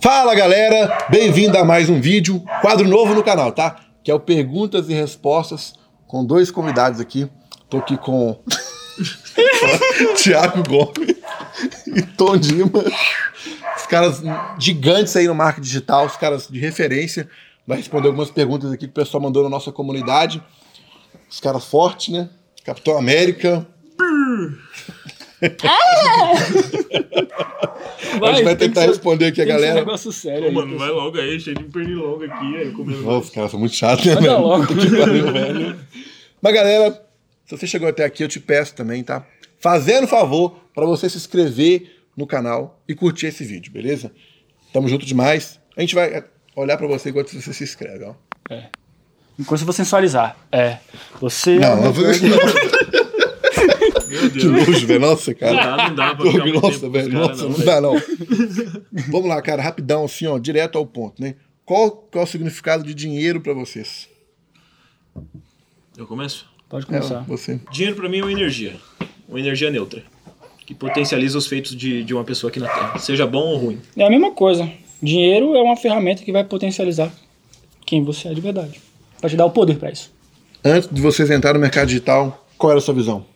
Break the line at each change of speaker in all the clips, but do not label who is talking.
Fala galera, bem-vindo a mais um vídeo, quadro novo no canal, tá? Que é o Perguntas e Respostas com dois convidados aqui. Tô aqui com Tiago Gomes e Tom Dima. Os caras gigantes aí no marketing digital, os caras de referência. Vai responder algumas perguntas aqui que o pessoal mandou na nossa comunidade. Os caras fortes, né? Capitão América. a gente vai
tem que
tentar
ser-
responder aqui a
tem que ser Um
galera.
negócio sério
Pô,
aí,
mano,
pessoal.
vai logo aí, cheio de pernilongo aqui, aí comendo.
Nossa, os caras são muito chatos, né,
Manda
velho?
logo. Tipo,
Puta que pariu, velho. Mas, galera, se você chegou até aqui, eu te peço também, tá? Fazendo favor pra você se inscrever no canal e curtir esse vídeo, beleza? Tamo junto demais. A gente vai olhar pra você enquanto você se inscreve, ó.
Enquanto eu vou sensualizar. É. Você.
Não, não foi
Meu
Que
Deus.
nojo, velho. Nossa,
Não
cara.
dá, não dá pra ficar muito
Nossa,
um tempo com
velho.
os caras,
Nossa,
não,
não
velho.
dá, não. Vamos lá, cara. Rapidão, assim, ó. Direto ao ponto, né? Qual, qual é o significado de dinheiro pra vocês?
Eu começo?
Pode
É,
começar.
você.
Dinheiro pra mim é uma energia. Uma energia neutra. Que potencializa os feitos de, de uma pessoa aqui na Terra. Seja bom ou ruim.
É a mesma coisa. Dinheiro é uma ferramenta que vai potencializar quem você é de verdade. Vai te dar o poder pra isso.
Antes de vocês entrarem no mercado digital, qual era a sua visão?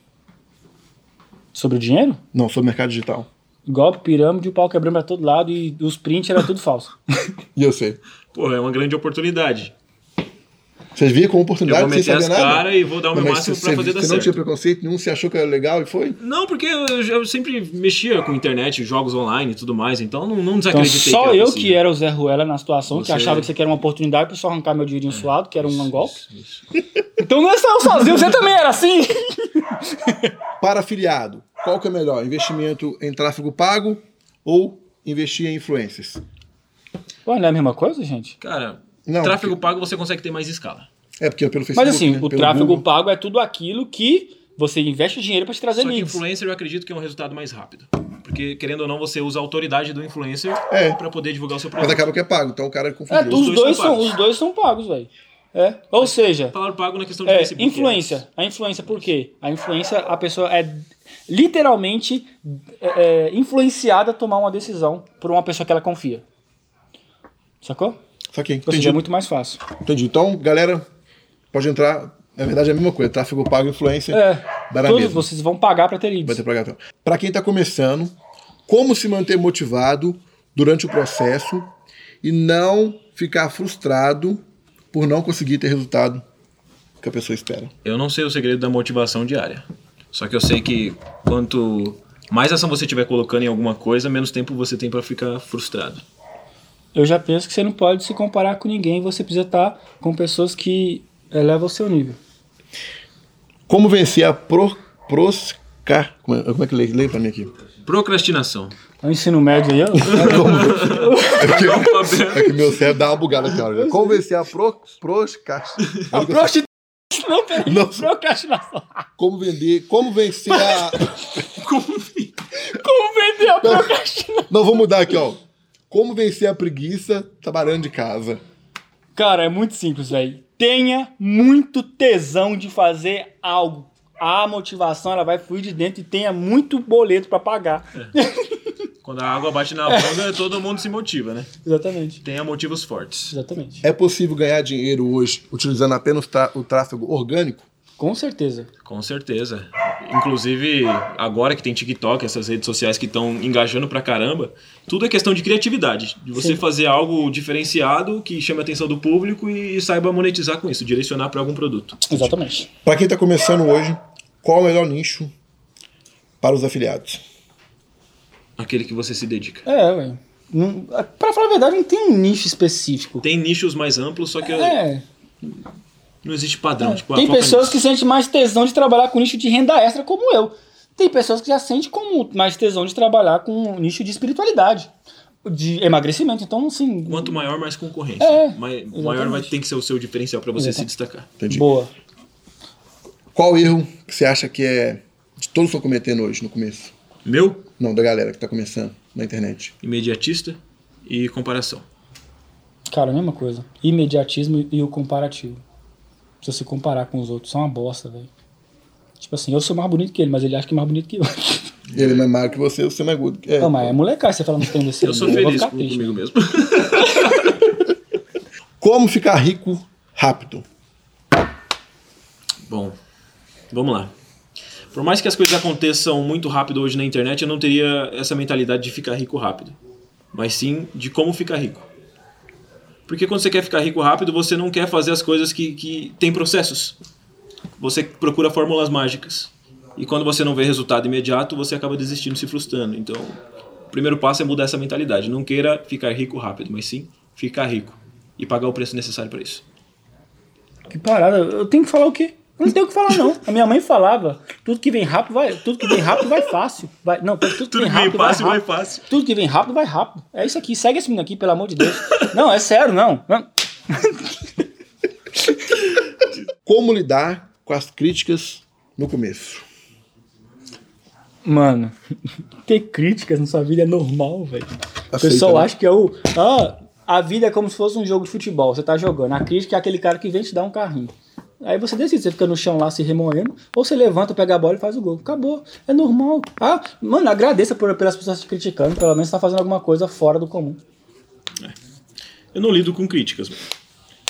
Sobre o dinheiro?
Não, sobre o mercado digital.
Golpe, pirâmide, o pau quebrando pra todo lado e os prints era tudo falso.
E eu sei.
Pô, é uma grande oportunidade.
Vocês viam como
Eu
oportunidade
vou
sem
meter
saber
as
nada?
caras e vou dar o meu
Mas
máximo
você-
pra
você-
fazer dar
Você não tinha
certo.
preconceito nenhum, você achou que era legal e foi?
Não, porque eu, eu sempre mexia com internet, jogos online e tudo mais, então não, não
Então
desacreditei.
só
era
eu
possível.
que era o Zé Ruela na situação, que
Você-
achava que isso aqui era uma oportunidade pra só arrancar meu dinheirinho suado, que era um golpe.
Isso, isso.
Então não é só eu sozinho, você também era assim.
Para afiliado, qual que é melhor? Investimento em tráfego pago ou investir em influencers?
Ué, não é a mesma coisa, gente?
Cara,
Não,
tráfego pago você consegue ter mais escala.
É porque é pelo Facebook,
Mas assim,
né?
o
Pelo
tráfego
Google.
pago é tudo aquilo que você investe dinheiro pra te trazer
Só que
leads.
influencer eu acredito que é um resultado mais rápido. Porque, querendo ou não, você usa a autoridade do influencer
É.
pra poder divulgar o seu produto.
Mas acaba que é pago, então o cara
É,
confundiu.
tu- os,
dois
dois
são
são,
pagos.
os dois são pagos, velho. É. Ou seja,
Palavra pago na questão de
é,
Facebook. né?
influência. A influência por quê? A influência, a pessoa é literalmente é, é, influenciada a tomar uma decisão por uma pessoa que ela confia. Sacou?
Só que
Ou
entendi,
seja, é muito mais fácil.
entendi. Então, galera, pode entrar. Na verdade é a mesma coisa, tráfego pago, influencer,
É,
dá na
todos
mesma.
vocês vão pagar pra ter leads.
Vai ter pra gatão. Pra quem tá começando, como se manter motivado durante o processo e não ficar frustrado por não conseguir ter resultado que a pessoa espera.
Eu não sei o segredo da motivação diária. Só que eu sei que quanto mais ação você tiver colocando em alguma coisa, menos tempo você tem pra ficar frustrado.
Eu já penso que você não pode se comparar com ninguém, você precisa estar com pessoas que elevam o seu nível.
Como vencer a pro, proscar... Como é, como é que leio? Leio pra mim aqui.
Procrastinação.
É o ensino médio aí, ó.
É que,
Alfabeto.
é que meu cérebro dá uma bugada aqui. olha. Como vencer a pro, proscar...
A prostituição, não, peraí.
Não.
Procrastinação.
Como vender... Como vencer a...
Como vender a procrastinação?
Não, vou mudar aqui, ó. Como vencer a preguiça trabalhando de casa.
Cara, é muito simples, velho. Tenha muito tesão de fazer algo. A motivação, ela vai fluir de dentro e tenha muito boleto pra pagar.
Quando a água bate
É.
na bunda, todo mundo se motiva, né?
Exatamente.
Tenha motivos fortes.
Exatamente.
É possível ganhar dinheiro hoje utilizando apenas tra- o tráfego orgânico?
Com certeza.
Com certeza. Inclusive, agora que tem TikTok, essas redes sociais que estão engajando pra caramba, tudo é questão de criatividade. De você
Sim.
fazer algo diferenciado que chame a atenção do público e saiba monetizar com isso, direcionar pra algum produto.
Exatamente.
Para quem tá começando hoje, qual é o melhor nicho para os afiliados?
Aquele que você se dedica.
É, velho. Não- Pra falar a verdade, não tem um nicho específico.
Tem nichos mais amplos, só que
É.
não existe padrão. Tipo, ah,
Tem
foca
pessoas
nisso.
que sentem mais tesão de trabalhar com nicho de renda extra, como eu. Tem pessoas que já sentem como mais tesão de trabalhar com nicho de espiritualidade, de emagrecimento. Então, assim.
Quanto maior, mais concorrência.
É,
Mai-
exatamente.
maior vai, tem que ser o seu diferencial pra você se
Exatamente.
destacar.
Entendi.
Boa.
Qual erro que você acha que é de todos estão cometendo hoje no começo?
Meu,
Não, da galera que tá começando na internet.
imediatista e comparação.
Cara, a mesma coisa. Imediatismo e o comparativo. Se você comparar com os outros, são uma bosta, velho. Tipo assim, eu sou mais bonito que ele, mas ele acha que é mais bonito que eu.
Ele é mais magro que você, você é mais gordo. que- É.
Não, mas é molecagem você falar no stand
Eu sou feliz com- comigo mesmo.
Como ficar rico rápido?
Bom, vamos lá. Por mais que as coisas aconteçam muito rápido hoje na internet, eu não teria essa mentalidade de ficar rico rápido. Mas sim de como ficar rico. Porque quando você quer ficar rico rápido, você não quer fazer as coisas que, que tem processos. Você procura fórmulas mágicas. E quando você não vê resultado imediato, você acaba desistindo, se frustrando. Então, o primeiro passo é mudar essa mentalidade. Não queira ficar rico rápido, mas sim ficar rico. E pagar o preço necessário para isso.
Que parada, eu tenho que falar o quê? Eu não tenho o que falar, não. A minha mãe falava, tudo que vem rápido vai, tudo que vem rápido vai fácil. Vai, não, tudo que vem rápido vai rápido.
fácil.
Tudo que vem rápido vai rápido. É isso aqui, segue esse menino aqui, pelo amor de Deus. Não, é sério, não. não.
Como lidar com as críticas no começo?
Mano, ter críticas na sua vida é normal, velho. O
Aceita,
pessoal
né?
acha que é o. Ah, a vida é como se fosse um jogo de futebol. Você tá jogando. A crítica é aquele cara que vem te dar um carrinho. Aí você decide, você fica no chão lá se remoendo, ou você levanta, pega a bola e faz o gol. Acabou. É normal. Ah, mano, agradeça por, pelas pessoas te criticando. Pelo menos você tá fazendo alguma coisa fora do comum.
Eu não lido com críticas. mano.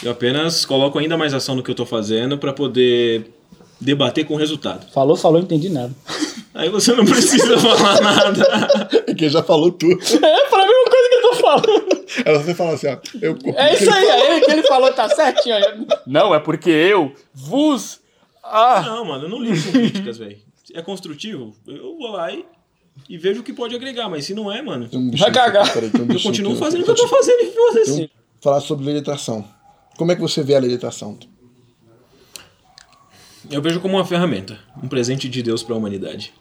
Eu apenas coloco ainda mais ação no que eu tô fazendo pra poder debater com o resultado.
Falou, falou, não entendi nada.
Aí você não precisa falar nada.
É que ele já falou tudo.
É, pra mim é uma coisa que eu tô falando.
Ela você fala assim, ó. Eu
É isso aí, é ele que ele falou, tá certinho. Não, é porque eu vos. Ah.
Não, mano, eu não lido com críticas, velho. Se É construtivo, eu vou lá e, e vejo o que pode agregar, mas se não é, mano,
Tem um bichinho
Vai cagar.
aqui, peraí, tem um
eu
bichinho
continuo
aqui, ó.
fazendo o que eu tô fazendo e foda
Então,
assim.
falar sobre lei de atração. Como é que você vê a lei de atração?
Eu vejo como uma ferramenta, um presente de Deus para a humanidade.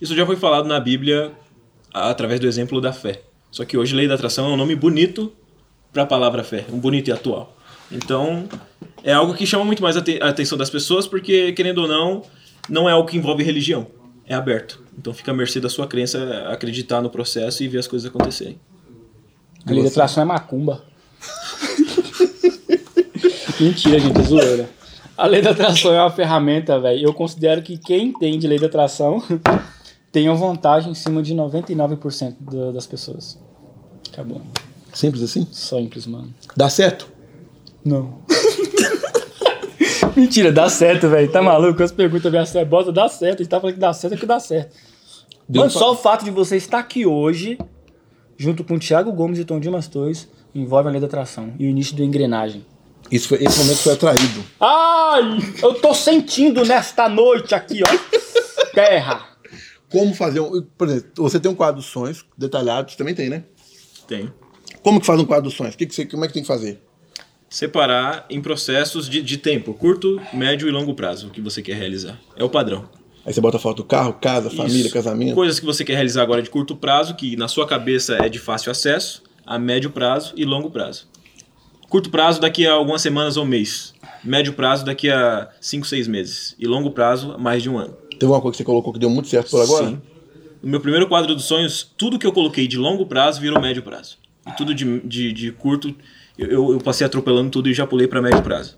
Isso já foi falado na Bíblia a- através do exemplo da fé. Só que hoje lei da atração é um nome bonito para a palavra fé, um bonito e atual. Então, é algo que chama muito mais a, te- a atenção das pessoas porque, querendo ou não, não é algo que envolve religião. É aberto. Então fica à mercê da sua crença acreditar no processo e ver as coisas acontecerem.
A lei da atração é macumba. Mentira, gente, é zoeira. A lei da atração é uma ferramenta, velho. Eu considero que quem entende lei da atração tem uma vantagem em cima de 99% da- das pessoas. Acabou.
Simples assim?
Simples, mano.
Dá certo?
Não. Mentira, dá certo, velho. Tá maluco? As perguntas minhas é bosta, dá certo. A gente tá falando que dá certo, é que dá certo. Mano, só o fato de você estar aqui hoje, junto com o Thiago Gomes e Tom Dimas Torres, envolve a lei da atração e o início do engrenagem.
Isso foi, esse momento foi atraído.
Ai, eu tô sentindo nesta noite aqui, ó. Terra.
Como fazer um. Por exemplo, você tem um quadro dos sonhos detalhado, você também tem, né?
Tem.
Como que faz um quadro dos sonhos? O Que que você, como é que tem que fazer?
Separar em processos de, de tempo, curto, médio e longo prazo, o que você quer realizar. É o padrão.
Aí você bota a foto do carro, casa, família,
Isso.
casamento.
Coisas que você quer realizar agora de curto prazo, que na sua cabeça é de fácil acesso, a médio prazo e longo prazo. Curto prazo daqui a algumas semanas ou um mês. Médio prazo daqui a 5, 6 meses. E longo prazo, mais de um ano.
Teve uma coisa que você colocou que deu muito certo por agora?
Sim. No meu primeiro quadro dos sonhos, tudo que eu coloquei de longo prazo virou médio prazo. E tudo de, de, de curto, eu- eu, eu passei atropelando tudo e já pulei para médio prazo.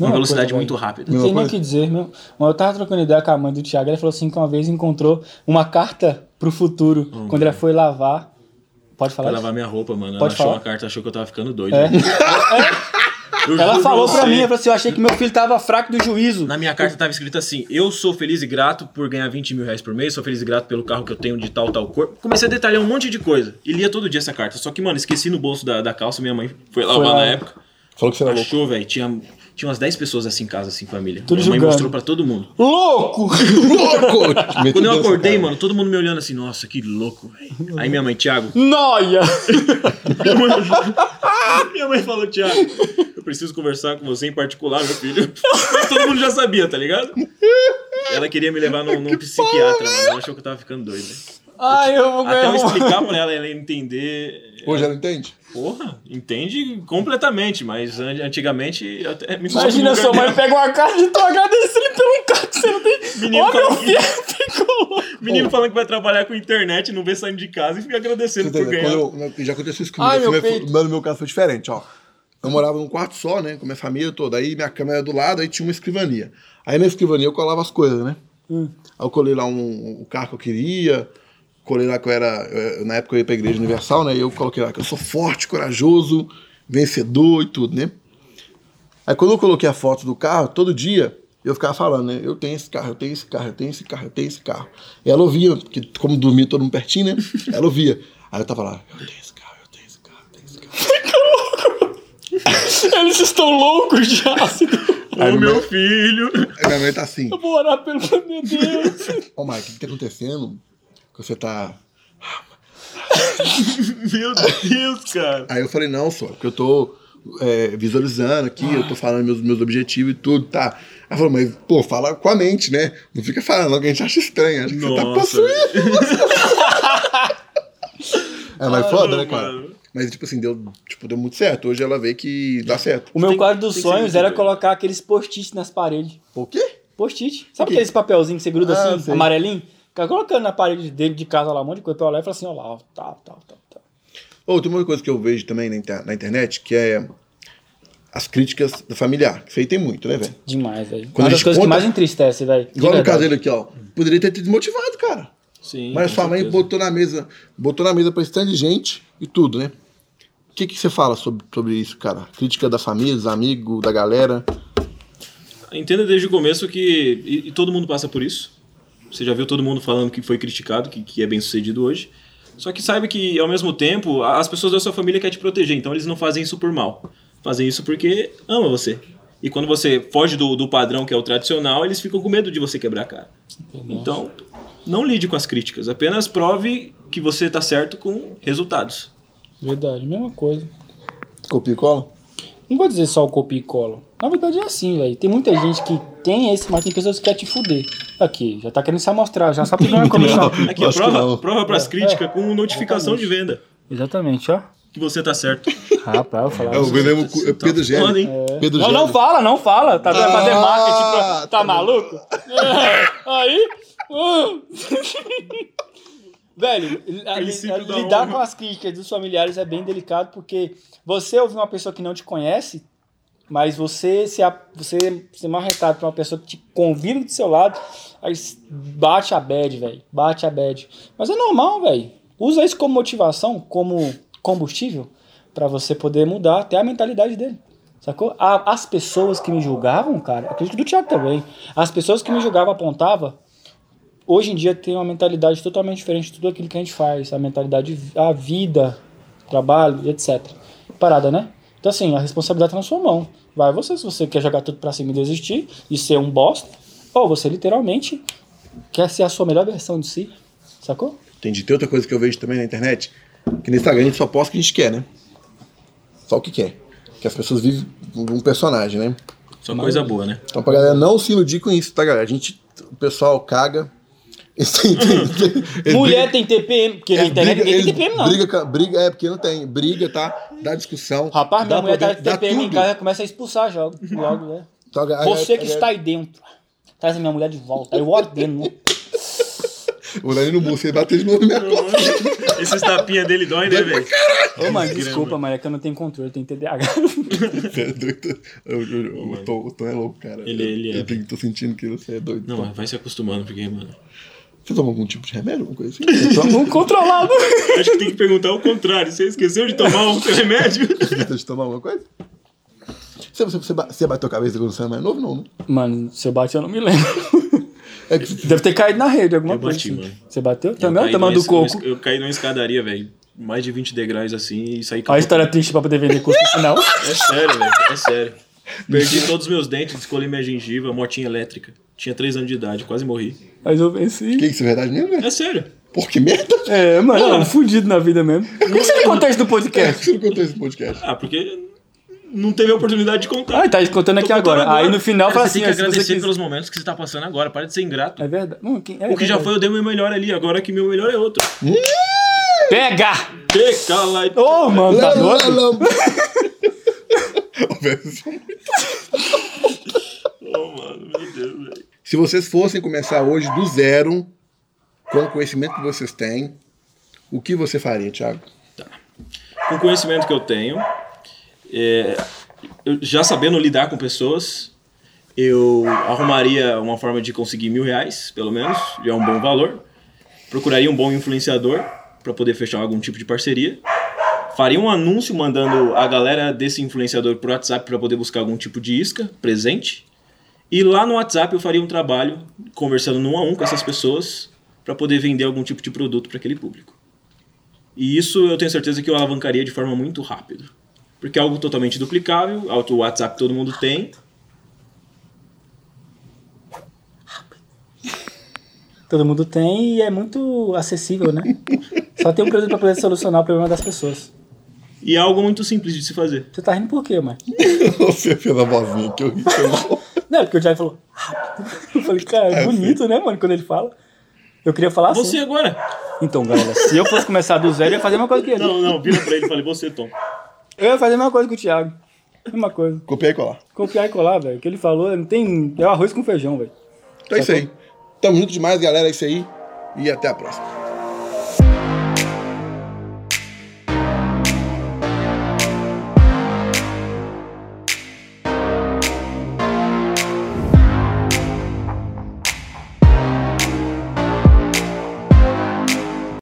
Não é
Uma velocidade
coisa,
muito
velho.
rápida.
Não
Mesma
tem nem
coisa.
o que dizer, meu. Mas eu tava trocando ideia com a mãe do Thiago, ela falou assim que uma vez encontrou uma carta pro futuro quando ela foi lavar. Pode falar?
Pra
isso?
lavar minha roupa, mano. Ela
Pode
achou
falar.
uma carta, achou que eu tava ficando doido. né?
É.
Eu juro
Ela falou pra
você.
mim, ela falou assim, eu achei que meu filho tava fraco do juízo.
Na minha carta tava escrito assim: Eu sou feliz e grato por ganhar 20 mil reais por mês, sou feliz e grato pelo carro que eu tenho de tal, tal cor. Comecei a detalhar um monte de coisa. E lia todo dia essa carta. Só que, mano, esqueci no bolso da, da calça, minha mãe foi lavar
lá.
na época.
Falou que você era louco.
Achou, velho. Tinha, tinha umas 10 pessoas assim em casa, assim, família.
Tudo
minha
julgando.
mãe mostrou pra todo mundo.
Louco!
louco!
Quando eu acordei, mano, todo mundo me olhando assim, nossa, que louco, velho. Aí minha mãe, Thiago.
Noia!
minha mãe- minha mãe falou, Thiago, eu preciso conversar com você em particular, meu filho. Mas todo mundo já sabia, tá ligado? Ela queria me levar num, num psiquiatra, mas ela achou que eu tava ficando doido, né?
Ai, eu vou
Até
ganhar
eu
uma...
explicar pra ela, ela entender.
Hoje ela entende?
Porra, entende completamente, mas an- antigamente eu até me
Imagina
coloco no
sua
lugar
mãe pega uma carta de tu agradecendo pelo carro que você não tem.
Menino
Ó, meu
falou que-
filho, ficou louco.
dela. Menino falando que vai trabalhar com internet, não vê saindo de casa e fica agradecendo
Você
por
tá entendendo?
ganhar.
Quando eu- já aconteceu isso comigo.
Ai, meu
Mas foi-
peito.
mas no meu caso foi diferente, ó. Eu morava num quarto só, né? Com minha família toda. Aí minha cama era do lado, aí tinha uma escrivania. Aí na escrivania eu colava as coisas, né?
Hum.
Aí eu colei lá um, o carro que eu queria, colei lá que eu era. eu- na época eu ia pra Igreja Universal, né? E eu coloquei lá que eu sou forte, corajoso, vencedor e tudo, né? Aí quando eu coloquei a foto do carro, todo dia eu ficava falando, né? Eu tenho esse carro, eu tenho esse carro, eu tenho esse carro, eu tenho esse carro. E ela ouvia, porque como dormia todo mundo pertinho, né? Ela ouvia. Aí eu tava lá, eu tenho esse carro, eu tenho esse carro, eu tenho esse carro.
Eles estão loucos já.
Aí
Ô,
minha
meu
mãe-
filho!
aí minha mãe tá assim.
Eu vou orar pelo meu Deus.
Ô, Mike, o que que tá acontecendo? Que você tá.
Meu Deus, cara!
Aí eu falei, não, só, porque eu tô é, visualizando aqui, eu tô falando meus, meus objetivos e tudo, tá? Ela falou, mas, pô, fala com a mente, né? Não fica falando, não, que a gente acha estranho, acho que você tá
Nossa.
possuído. é, mas
Ah,
foda,
não,
né, cara?
mano.
Mas, tipo assim, deu, tipo, deu muito certo. Hoje ela vê que dá certo.
O meu
Tem-
quadro
tem
dos
que ser
sonhos
muito
era
doido.
colocar aqueles post-its nas paredes.
O quê?
Post-it.
O
Sabe
quê?
aqueles papelzinhos que você gruda
Ah,
assim,
sei.
amarelinho? Ficar colocando na parede dentro de casa lá um monte de coisa pra eu olhar e falar assim, ó lá, ó, tal, tal, tal, tal.
Ou tem uma coisa que eu vejo também na, inter- na internet, que é as críticas do familiar. Isso aí tem muito, né, velho?
Demais, velho.
Quando
Uma
a
das
gente
coisas que
conta-
mais entristece, velho. De
Igual no caso
verdade.
dele aqui, ó. Poderia ter te desmotivado, cara.
Sim.
Mas
com
sua mãe
certeza.
botou na mesa, botou na mesa pra esse tanto de gente e tudo, né? O que, que você fala sobre, sobre isso, cara? Crítica da família, dos amigos, da galera.
Entenda desde o começo que. E, e todo mundo passa por isso. Você já viu todo mundo falando que foi criticado, que, que é bem sucedido hoje. Só que saiba que, ao mesmo tempo, a- as pessoas da sua família querem te proteger, então eles não fazem isso por mal. Fazem isso porque ama você. E quando você foge do, do padrão que é o tradicional, eles ficam com medo de você quebrar a cara. Então, não lide com as críticas, apenas prove que você está certo com resultados.
Verdade, mesma coisa.
Copia e cola?
Não vou dizer só o copia e cola. Na verdade é assim, velho. Tem muita gente que tem esse, mas tem pessoas que querem te fuder. Aqui, já tá querendo se amostrar, já sabe que é ganha comissão.
Aqui, ó,
Acho que não.
prova, prova para as
É,
críticas com notificação de venda
Exatamente, ó.
que você está certo.
Rapaz, eu vou falar.
É o Guilherme é
Tá
Pedro Gênio.
foda, hein?
Pedro
Não,
Gênio.
não fala, não fala. Tá dando fazer
Ah,
marketing pra... Tá
tá
maluco? É, Aí... hum. Velho, a-
Princípio
a-
da
lidar
honra.
com as críticas dos familiares é bem delicado, porque você ouvir uma pessoa que não te conhece, mas você se, a- você se marretado pra uma pessoa que te convida do seu lado, aí s- bate a bad, velho. Bate a bad. Mas é normal, velho. Usa isso como motivação, como combustível, pra você poder mudar até a mentalidade dele. Sacou? A- as pessoas que me julgavam, cara, acredito que do Thiago também. As pessoas que me julgavam apontava, hoje em dia tem uma mentalidade totalmente diferente de tudo aquilo que a gente faz, a mentalidade, a vida, trabalho, e etc. Parada, né? Então, assim, a responsabilidade tá na sua mão. Vai você, se você quer jogar tudo pra cima e desistir e ser um bosta, ou você literalmente quer ser a sua melhor versão de si, sacou?
Entendi. Tem outra coisa que eu vejo também na internet, que no Instagram a gente só posta o que a gente quer, né? Só o que quer. Que as pessoas vivem um personagem, né?
Só coisa boa, né?
Então pra galera não se iludir com isso, tá, galera? A gente, o pessoal caga. Eles têm- eles
Mulher tem TPM, porque na
Eles
internet
brigam-
ninguém tem
eles
TPM, não.
É Briga, ca- briga, é porque não tem. Briga, tá? Dá discussão.
Rapaz,
dá
minha mulher tá de
problema, dá
TPM em
tudo.
casa começa a expulsar jogo, logo, né?
Então, a- a-
Você que
a-
está aí dentro, traz a minha mulher de volta. Eu ordeno.
O Danilo Bull, você bateu de novo na minha porta.
Esses tapinhas dele dói, né, velho?
Ô, mano,
Grama.
desculpa, mano, é que eu não tenho controle, eu tenho TDAH.
Você é doido. Eu juro, o Tom, o Tom é louco, cara.
Ele- ele é.
Eu tenho- tô sentindo que você é doido.
Não,
Tom.
mas vai se acostumando, porque, mano.
Você toma algum tipo de remédio, alguma coisa assim?
Não controlado.
Acho que tem que perguntar o contrário. Você esqueceu de tomar o seu remédio?
Você tenta de tomar alguma coisa? Você, você, você, ba- você bateu a cabeça quando você era mais novo, não, né?
Mano, se eu bati, eu não me lembro.
É que você-
Deve ter caído na rede alguma
Eu
coisa.
bati,
assim.
mano.
Você bateu? Também é o
caí
tamanho
numa
do
es- numa
coco.
es- Eu caí numa escadaria, velho. Mais de 20 degraus assim e saí
Olha a
capotando.
história triste pra poder vender curso no final.
É sério, velho. É sério. Perdi todos os meus dentes, descolhi minha gengiva, motinha elétrica. Tinha 3 anos de idade, quase morri.
Mas eu venci.
que isso é verdade mesmo, né?
É sério.
Pô, que merda!
É, mano, eu era um fudido na vida mesmo. Por que você não conta isso no
Por
podcast?
que É, você não contou esse podcast?
Ah, porque não teve a oportunidade de contar.
Ah, tá contando aqui
Tô contando
agora. Aí no final
Cara,
fala assim,
você tem
ó,
que
se você
agradecer
quiser-
pelos momentos que você tá passando agora. Para de ser ingrato.
É verdade. Mano, quem- é
O que já
verdade.
foi, eu dei o meu melhor ali. Agora que meu melhor é outro.
Hum? Pega!
Peca lá e
Ô, mano,
Lá,
tá doido?
lá, lá. Ô, velho,
Ô, mano, meu Deus, velho.
Se vocês fossem começar hoje do zero, com o conhecimento que vocês têm, o que você faria, Thiago?
com o conhecimento que eu tenho, é, eu já sabendo lidar com pessoas, eu arrumaria uma forma de conseguir mil reais, pelo menos, já é um bom valor. Procuraria um bom influenciador para poder fechar algum tipo de parceria. Faria um anúncio mandando a galera desse influenciador pro WhatsApp para poder buscar algum tipo de isca presente. E lá no WhatsApp eu faria um trabalho conversando num a um com essas pessoas para poder vender algum tipo de produto para aquele público. E isso eu tenho certeza que eu alavancaria de forma muito rápida. Porque é algo totalmente duplicável, auto WhatsApp todo mundo tem.
Todo mundo tem e é muito acessível, né? Só tem um produto para poder solucionar o problema das pessoas.
E é algo muito simples de se fazer.
Você tá rindo por quê, mãe?
Você fez a vozinha que eu ri. que eu não-
Não, porque o Jair falou. Eu falei, cara, é bonito, né, mano, quando ele fala. Eu queria falar assim.
Você agora!
Então, galera, se eu fosse começar do zero, eu ia fazer a mesma coisa que ele.
Não, não, vira pra ele e fale, você, Tom.
Eu ia fazer a mesma coisa que o Thiago. Mesma coisa.
Copiar e colar.
Copiar e colar, velho. O que ele falou não tem. É o arroz com feijão, velho.
Então é isso aí. Tamo junto demais, galera. É isso aí. E até a próxima.